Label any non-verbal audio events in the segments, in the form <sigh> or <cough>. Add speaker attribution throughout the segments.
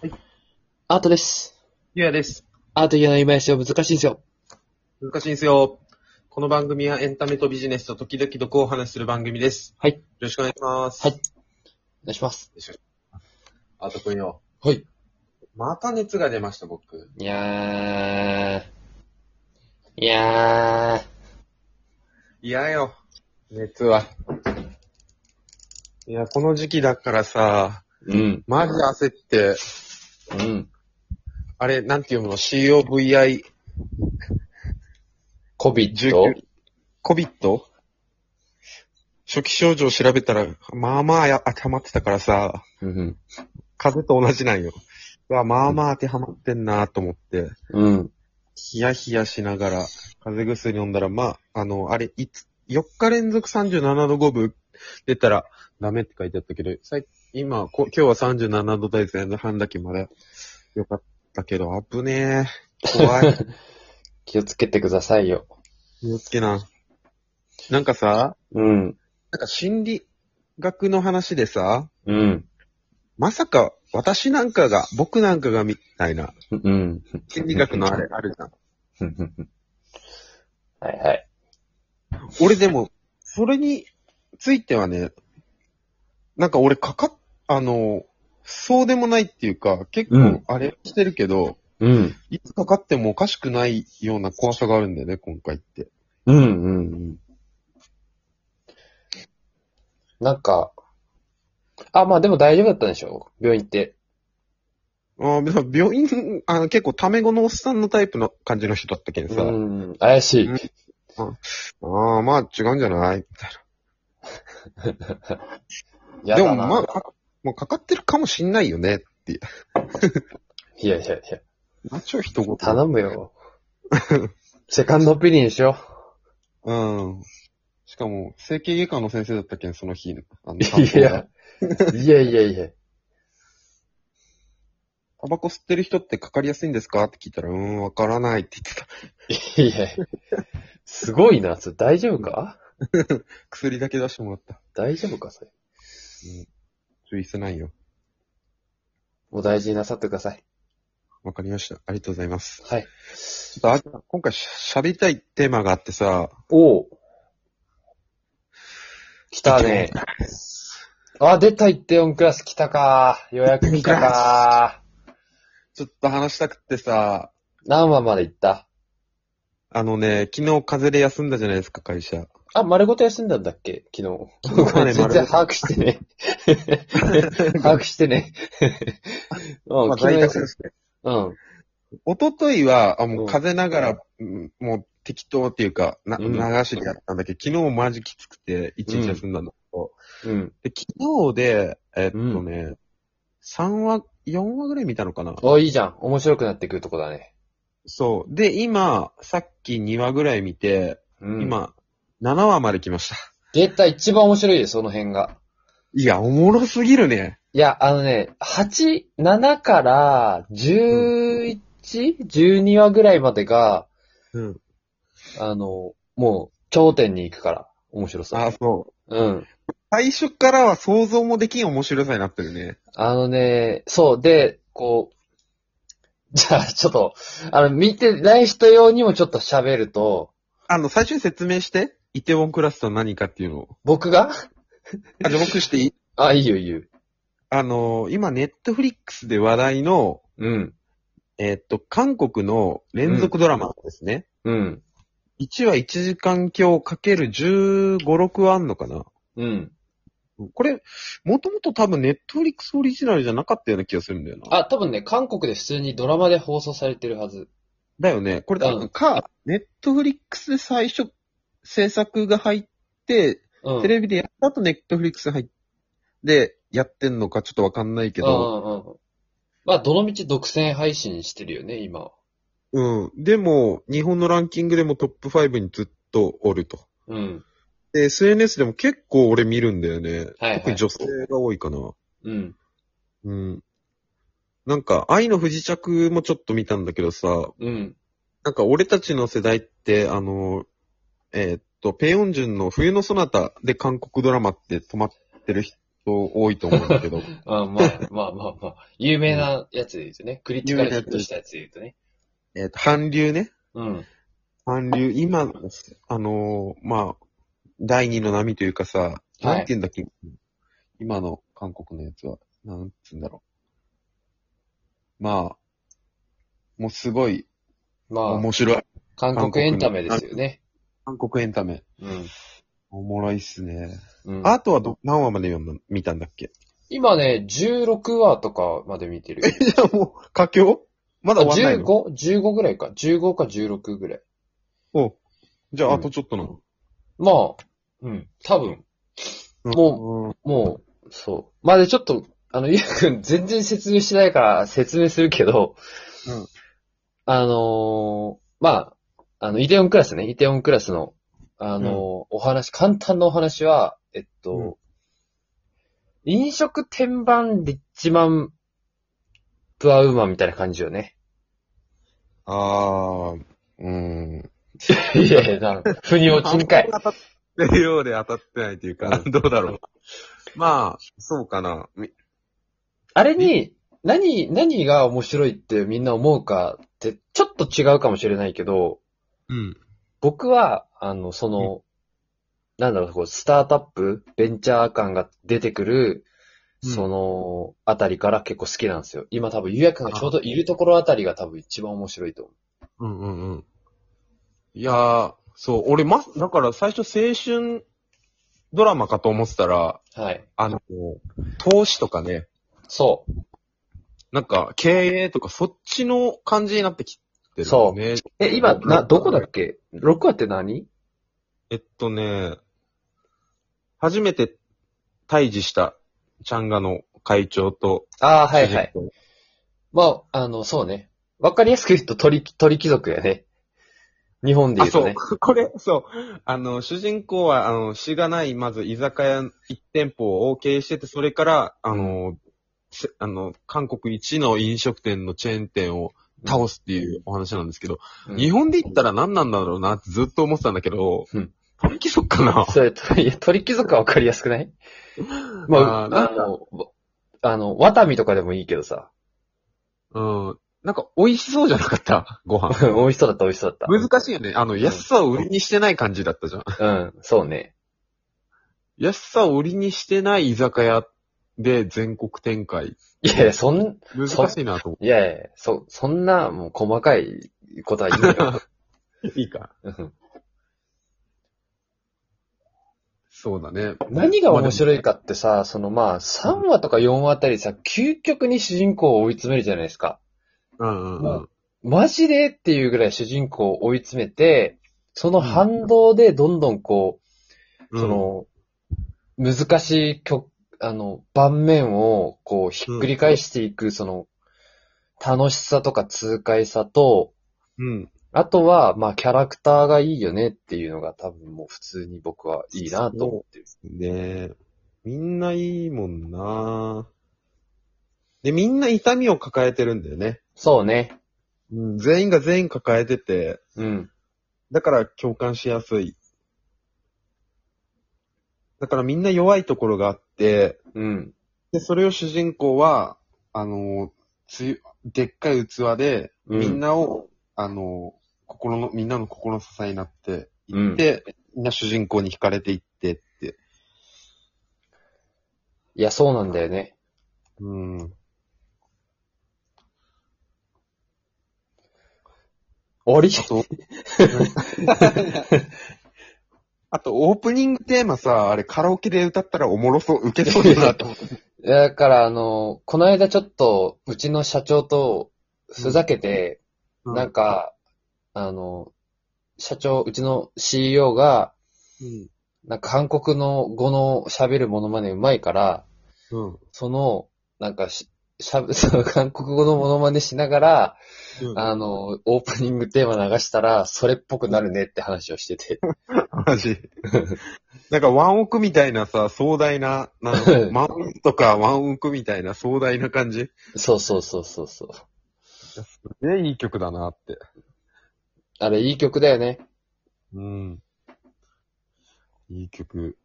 Speaker 1: はい
Speaker 2: アートです。
Speaker 1: ゆうやです。
Speaker 2: アート嫌な今やしよ、難しいんですよ。
Speaker 1: 難しいんですよ。この番組はエンタメとビジネスと時々どこをお話しする番組です。
Speaker 2: はい
Speaker 1: よろしくお願いします。
Speaker 2: はいお願いします。
Speaker 1: あとくんよ。
Speaker 2: はい。
Speaker 1: また熱が出ました、僕。
Speaker 2: いやー。いやー。
Speaker 1: 嫌よ。熱は。いや、この時期だからさ、
Speaker 2: うん。
Speaker 1: マジ焦って、
Speaker 2: うん。
Speaker 1: あれ、なんていうの ?COVID、
Speaker 2: コビット
Speaker 1: 19? COVID? 初期症状調べたら、まあまあや当てはまってたからさ、
Speaker 2: うん。
Speaker 1: 風邪と同じなんよ。うわ、まあまあ当てはまってんなと思って、
Speaker 2: うん。
Speaker 1: ヒヤヒヤしながら、風邪薬飲んだら、まあ、あの、あれ、いつ、4日連続37度5分出たら、ダメって書いてあったけど、最今こ、今日は37度台前半だけまだ、よかったけど、危ねえ。怖い。
Speaker 2: 気をつけてくださいよ。
Speaker 1: 気をつけな。なんかさ、
Speaker 2: うん。
Speaker 1: なんか心理学の話でさ、
Speaker 2: うん。
Speaker 1: まさか私なんかが、僕なんかがみたいな、
Speaker 2: うん。
Speaker 1: 心理学のあれ、あるじゃん。
Speaker 2: はいはい。
Speaker 1: 俺でも、それについてはね、なんか俺かかっ、あの、そうでもないっていうか、結
Speaker 2: うん
Speaker 1: 構あれしてるけど、
Speaker 2: うん。
Speaker 1: いつかかってもおかしくないような怖さがあるんだよね、今回って。
Speaker 2: うんうんうん。なんか、あ、まあでも大丈夫だったんでしょ病院って。
Speaker 1: ああ、でも病院、あの結構タメ語のおっさんのタイプの感じの人だったけんさ。
Speaker 2: うん。怪しい。
Speaker 1: うんああ、まあ違うんじゃない
Speaker 2: や
Speaker 1: で
Speaker 2: だ
Speaker 1: も
Speaker 2: な。
Speaker 1: まあ、かもうかかってるかもしんないよね。
Speaker 2: いやいやいや。
Speaker 1: なちょ、人ご
Speaker 2: 頼むよ。セカンドオピニオンしよ
Speaker 1: うん。しかも、整形外科の先生だったけん、その日。あの
Speaker 2: う。いや。いやいやいや。
Speaker 1: タバコ吸ってる人ってかかりやすいんですかって聞いたら、うーん、わからないって言ってた。
Speaker 2: いやすごいな。それ大丈夫か
Speaker 1: 薬だけ出してもらった。
Speaker 2: 大丈夫かそれ。
Speaker 1: 注意してないよ。
Speaker 2: お大事になさってください。
Speaker 1: わかりました。ありがとうございます。
Speaker 2: はい。
Speaker 1: ちょっとあーちゃん、今回しゃ喋りたいテーマがあってさ、
Speaker 2: おお。来たね。あ、出た1.4クラス来たか。ようやく来たか。
Speaker 1: ちょっと話したくってさ、
Speaker 2: 何話まで行った
Speaker 1: あのね、昨日風邪で休んだじゃないですか、会社。
Speaker 2: あ、丸ごと休んだんだっけ昨
Speaker 1: 昨日ま
Speaker 2: 日。
Speaker 1: で
Speaker 2: 全
Speaker 1: 丸ご
Speaker 2: 然
Speaker 1: と
Speaker 2: 把握して
Speaker 1: <laughs>
Speaker 2: ね。把握してね。うん、
Speaker 1: まあ、
Speaker 2: 昨
Speaker 1: 在
Speaker 2: 日
Speaker 1: 宅
Speaker 2: 休ん
Speaker 1: ですね。
Speaker 2: うん。
Speaker 1: おとといは、あ、も
Speaker 2: うん
Speaker 1: う風邪ながら、うんもう適当っていうか、な、
Speaker 2: うん
Speaker 1: 流しでやったんだけど、昨日マジきつくて、一日休んだんだけど、
Speaker 2: うん。
Speaker 1: で、昨日で、えっとね、三3話、4話ぐらい見たのかな
Speaker 2: お、いいじゃん。面白くなってくるとこだね。
Speaker 1: そう。で、今、さっき2話ぐらい見て、
Speaker 2: うん。
Speaker 1: 今、7話まで来ました。
Speaker 2: 出た一番面白いです、その辺が。
Speaker 1: いや、おもろすぎるね。
Speaker 2: いや、あのね、8、7から11、12話ぐらいまでが、
Speaker 1: うん。
Speaker 2: あの、もう頂点に行くから、面白さ。
Speaker 1: あ、そう。
Speaker 2: うん。
Speaker 1: 最初からは想像もできん面白さになってるね。
Speaker 2: あのね、そう、で、こう、 <laughs> じゃあ、ちょっと、あの、見てない人用にもちょっと喋ると、
Speaker 1: あの、最初に説明して、イテウォンクラスとは何かっていうのを。
Speaker 2: 僕が
Speaker 1: あ、じゃあ僕していい
Speaker 2: あ、いいよいいよ。
Speaker 1: あのー今、ネットフリックスで話題の、
Speaker 2: うん。
Speaker 1: えっと、韓国の連続ドラマですね。
Speaker 2: うん。
Speaker 1: 1話1時間強かける15、6話あんのかな
Speaker 2: うん。
Speaker 1: これ、もともと多分ネットフリックスオリジナルじゃなかったような気がするんだよな。
Speaker 2: あ、多分ね、韓国で普通にドラマで放送されてるはず。
Speaker 1: だよね。これ、
Speaker 2: うん
Speaker 1: か、ネットフリックスで最初、制作が入って、
Speaker 2: うん。
Speaker 1: テレビでやった後ネットフリックス入って、やってんのかちょっとわかんないけど、
Speaker 2: うんうんうん。まあ、どのみち独占配信してるよね、今は。
Speaker 1: うん。でも、日本のランキングでもトップ5にずっとおると。
Speaker 2: うん。
Speaker 1: で、SNS でも結構俺見るんだよね。
Speaker 2: はいはい
Speaker 1: 特に女性が多いかな。
Speaker 2: うん。
Speaker 1: うん。なんか、愛の不時着もちょっと見たんだけどさ、
Speaker 2: うん。
Speaker 1: なんか俺たちの世代って、あの、えーっと、ペヨンジュンの冬のソナタで韓国ドラマって止まってる人人多いと思うんだけ
Speaker 2: <laughs>
Speaker 1: ど、
Speaker 2: まあまあまあまあまあ、有名なやつで言うとね、クリティカルヒットしたやつで言うとね。
Speaker 1: えっ、と、韓流ね。
Speaker 2: うん。
Speaker 1: 韓流、今、あのーまあ、第二の波というかさ、
Speaker 2: い
Speaker 1: なんて言うんだっけ、今の韓国のやつは、なんて言うんだろう。まあ、もうすごい
Speaker 2: まあ、
Speaker 1: 面白い。
Speaker 2: 韓国エンタメですよね。
Speaker 1: 韓国エンタメ。
Speaker 2: うん。
Speaker 1: おもろいっすね。
Speaker 2: うん、
Speaker 1: あとはど、何話まで読んだ、見たんだっけ
Speaker 2: 今ね、16話とかまで見てるよ。
Speaker 1: いや、 <laughs> もう、佳境まだ終わんないの
Speaker 2: 15?15 ぐらいか。15か16ぐらい。
Speaker 1: おじゃあ、
Speaker 2: うん
Speaker 1: あとちょっとなの。
Speaker 2: まあ、うん。多分、も
Speaker 1: うん、
Speaker 2: もう、そう。まあでちょっと、あの、ゆうくん全然説明してないから説明するけど、
Speaker 1: うん
Speaker 2: あのーまあ、あの、イテオンクラスね、イテオンクラスの、あのーお話、簡単なお話は、えっと、
Speaker 1: うん
Speaker 2: 飲食店版リッチマン、プアウーマンみたいな感じよね。
Speaker 1: あー、うん。
Speaker 2: <laughs> いやいや、なんか腑に落ちんかい。
Speaker 1: 当たってるようで当たってないというか、
Speaker 2: う
Speaker 1: どうだろう。まあ、そうかな。み
Speaker 2: あれに、何、何が面白いってみんな思うかって、ちょっと違うかもしれないけど、
Speaker 1: うん。
Speaker 2: 僕は、あの、その、なんだろう、こう、スタートアップ、ベンチャー感が出てくる、
Speaker 1: うん
Speaker 2: その、あたりから結構好きなんですよ。今多分、ゆうやくんがちょうどいるところあたりが多分一番面白いと思う。
Speaker 1: うんうんうん。いやー、そう、俺ま、だから最初青春ドラマかと思ってたら、
Speaker 2: はい。
Speaker 1: あの、投資とかね、
Speaker 2: そ
Speaker 1: なんか経営とかそっちの感じになってきてるよね。そう。
Speaker 2: う。え、今、な、どこだっけ ?6 話って何
Speaker 1: えっとね、初めて退治したチャンガの会長と、
Speaker 2: ああ、はいはい。
Speaker 1: 主人公。
Speaker 2: まあ、あの、そうね。わかりやすく言うと鳥、鳥貴族やね。日本で
Speaker 1: あ、
Speaker 2: 言うと
Speaker 1: そ
Speaker 2: ね。
Speaker 1: う、 <laughs> これ、そう。あの、主人公は、あの、しがない、まず居酒屋1店舗を経営してて、それから、あの、せあの、韓国一の飲食店のチェーン店を倒すっていうお話なんですけど、
Speaker 2: うん
Speaker 1: 日本で言ったら何なんだろうなってずっと思ってたんだけど、
Speaker 2: うん
Speaker 1: 取り貴族かな
Speaker 2: それ、鳥鳥貴族はわかりやすくないまあ、
Speaker 1: あー
Speaker 2: あ
Speaker 1: なんか
Speaker 2: の、あの、ワタミとかでもいいけどさ。
Speaker 1: うん。なんか、美味しそうじゃなかったご飯。
Speaker 2: <laughs> 美味しそうだった、美味しそうだった。
Speaker 1: 難しいよね。あの、安さを売りにしてない感じだったじゃん。
Speaker 2: うん、そうね。
Speaker 1: 安さを売りにしてない居酒屋で全国展開。
Speaker 2: いやいや、そん、
Speaker 1: 難しいなと思
Speaker 2: いやいや、そ、そんな、もう細かいことはいいのよ。
Speaker 1: って。いいか。
Speaker 2: うん
Speaker 1: そうだね。
Speaker 2: 何が面
Speaker 1: い、
Speaker 2: 白いかってさ、そのまあ、3話とか4話あたりさ、究極に主人公を追い詰めるじゃないですか。
Speaker 1: うんうんうん。
Speaker 2: マジでっていうぐらい主人公を追い詰めて、その反動でどんどんこう、その、難しい曲、あの、盤面を、こう、ひっくり返していく、その、楽しさとか痛快さと、
Speaker 1: うん。
Speaker 2: あとは、まあ、キャラクターがいいよねっていうのが多分もう普通に僕はいいなと思ってる。
Speaker 1: うん。で、みんないいもんなで、みんな痛みを抱えてるんだよね。
Speaker 2: そうね。
Speaker 1: うん、全員が全員抱えてて、
Speaker 2: うん。
Speaker 1: だから共感しやすい。だからみんな弱いところがあって、
Speaker 2: うん。
Speaker 1: で、それを主人公は、あの、つでっかい器で、
Speaker 2: うん
Speaker 1: みんなを、あの、心の、みんなの心の支えになっていって、みんな主人公に惹かれていってって。
Speaker 2: いや、そうなんだよね。
Speaker 1: うん。
Speaker 2: あれ
Speaker 1: あと、あと、オープニングテーマさ、あれカラオケで歌ったらおもろそう、受けそうだなと思って。
Speaker 2: <laughs> だから、あの、この間ちょっと、うちの社長と、ふざけて、なんか、あの、社長、うちの CEO が、
Speaker 1: うん、
Speaker 2: なんか韓国の語の喋るモノマネうまいから、
Speaker 1: うん。
Speaker 2: その、なんかし、しゃぶ、 <laughs> その韓国語のモノマネしながら、
Speaker 1: うん。
Speaker 2: あの、オープニングテーマ流したら、それっぽくなるねって話をしてて。
Speaker 1: マジ。 <laughs> なんかワンオクみたいなさ、壮大な、なんか <laughs> マウンとかワンオクみたいな壮大な感じ。
Speaker 2: <laughs> そうそうそうそうそう。
Speaker 1: ね、いい曲だなって。
Speaker 2: あれ、いい曲だよね。
Speaker 1: うん。いい曲。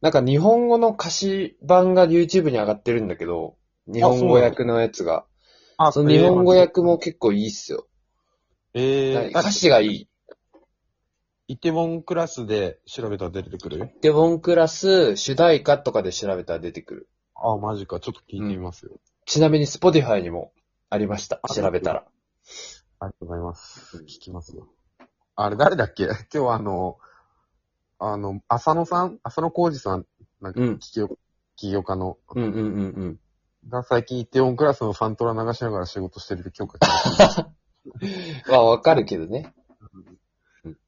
Speaker 2: なんか日本語の歌詞版が YouTube に上がってるんだけど、日本語訳のやつが。
Speaker 1: あ
Speaker 2: その日本語訳も結構いいっすよ。
Speaker 1: えー、
Speaker 2: 歌詞がいい。
Speaker 1: イテモンクラスで調べたら出てくる
Speaker 2: デボンクラス、主題歌とかで調べたら出てくる。
Speaker 1: あ、マジか。ちょっと聞いてみますよ。
Speaker 2: ちなみに Spotify にもありました。
Speaker 1: あ
Speaker 2: 調べたら。
Speaker 1: ありがとうございます。聞きますよ。あれ、誰だっけ今日はあの、あの、浅野さん浅野浩二さん、なんか、
Speaker 2: うん
Speaker 1: 聞きよ、起業家の、
Speaker 2: うんうんうん
Speaker 1: が最近イテオンクラスのサントラ流しながら仕事してるって今日から聞い
Speaker 2: うん。まあわかるけどね。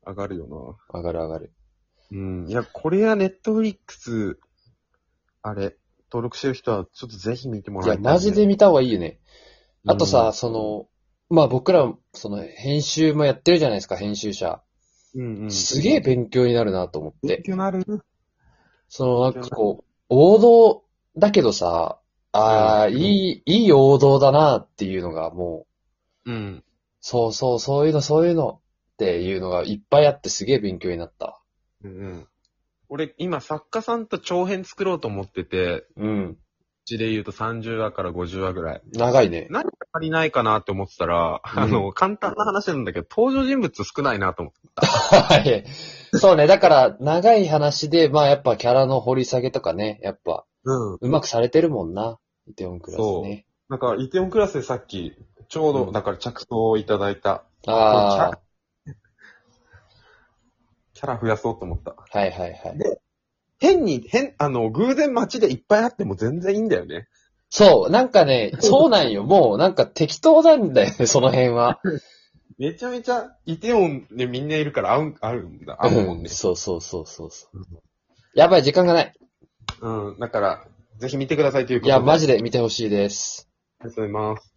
Speaker 1: た <laughs> 上がるよ
Speaker 2: わかるわかる。
Speaker 1: な。うん。いや、これはネットフリックス、あれ、登録してる人はちょっとぜひ見ても
Speaker 2: い
Speaker 1: らい
Speaker 2: や、
Speaker 1: たい、
Speaker 2: マジで見た方がいいよね。
Speaker 1: うん、
Speaker 2: あとさ、その、まあ僕ら、その、編集もやってるじゃないですか、編集者。
Speaker 1: うんうん、
Speaker 2: すげえ勉強になるなと思っ
Speaker 1: 勉
Speaker 2: て。
Speaker 1: 強になる。
Speaker 2: その、なんかこう、王道だけどさ、ああ、
Speaker 1: うん
Speaker 2: いい、いい王道だなっていうのがもう、
Speaker 1: うん。
Speaker 2: そうそう、そういうの、そういうのっていうのがいっぱいあってすげえ勉強になった。
Speaker 1: うんうん。俺、今、作家さんと長編作ろうと思ってて、
Speaker 2: うん。
Speaker 1: うちで言うと30話から50話ぐらい。
Speaker 2: 長い
Speaker 1: <laughs>
Speaker 2: ね。
Speaker 1: 何か足りないかなって思ってたら、
Speaker 2: うん
Speaker 1: あの、簡単な話なんだけど、登場人物少ないなと思って。
Speaker 2: はい。そうね。だから、長い話で、まあやっぱキャラの掘り下げとかね、やっぱ、
Speaker 1: うん。
Speaker 2: うまくされてるもんな。イテオンクラスね。
Speaker 1: なんか、イテオンクラスでさっき、ちょう
Speaker 2: う
Speaker 1: ど、
Speaker 2: ん
Speaker 1: だから着想をいただいた。
Speaker 2: ああ、
Speaker 1: キャラ増やそうと思った。
Speaker 2: はいはいはい。
Speaker 1: 変に、変、あの、偶然街でいっぱいあっても全然いいんだよね。
Speaker 2: そう、なんか
Speaker 1: <laughs>
Speaker 2: ね、そうなんよ。もう、なんか適当なんだよね、その辺は。。
Speaker 1: めちゃめちゃ、イテオンでみんないるから合う、合うんだ。合うもんね
Speaker 2: そうそうそうそうそう。やばい、時間がない。
Speaker 1: うん。だから、ぜひ見てくださいというこ
Speaker 2: い
Speaker 1: と
Speaker 2: や、
Speaker 1: で。
Speaker 2: マジで見てほしいです。
Speaker 1: ありがとうございます。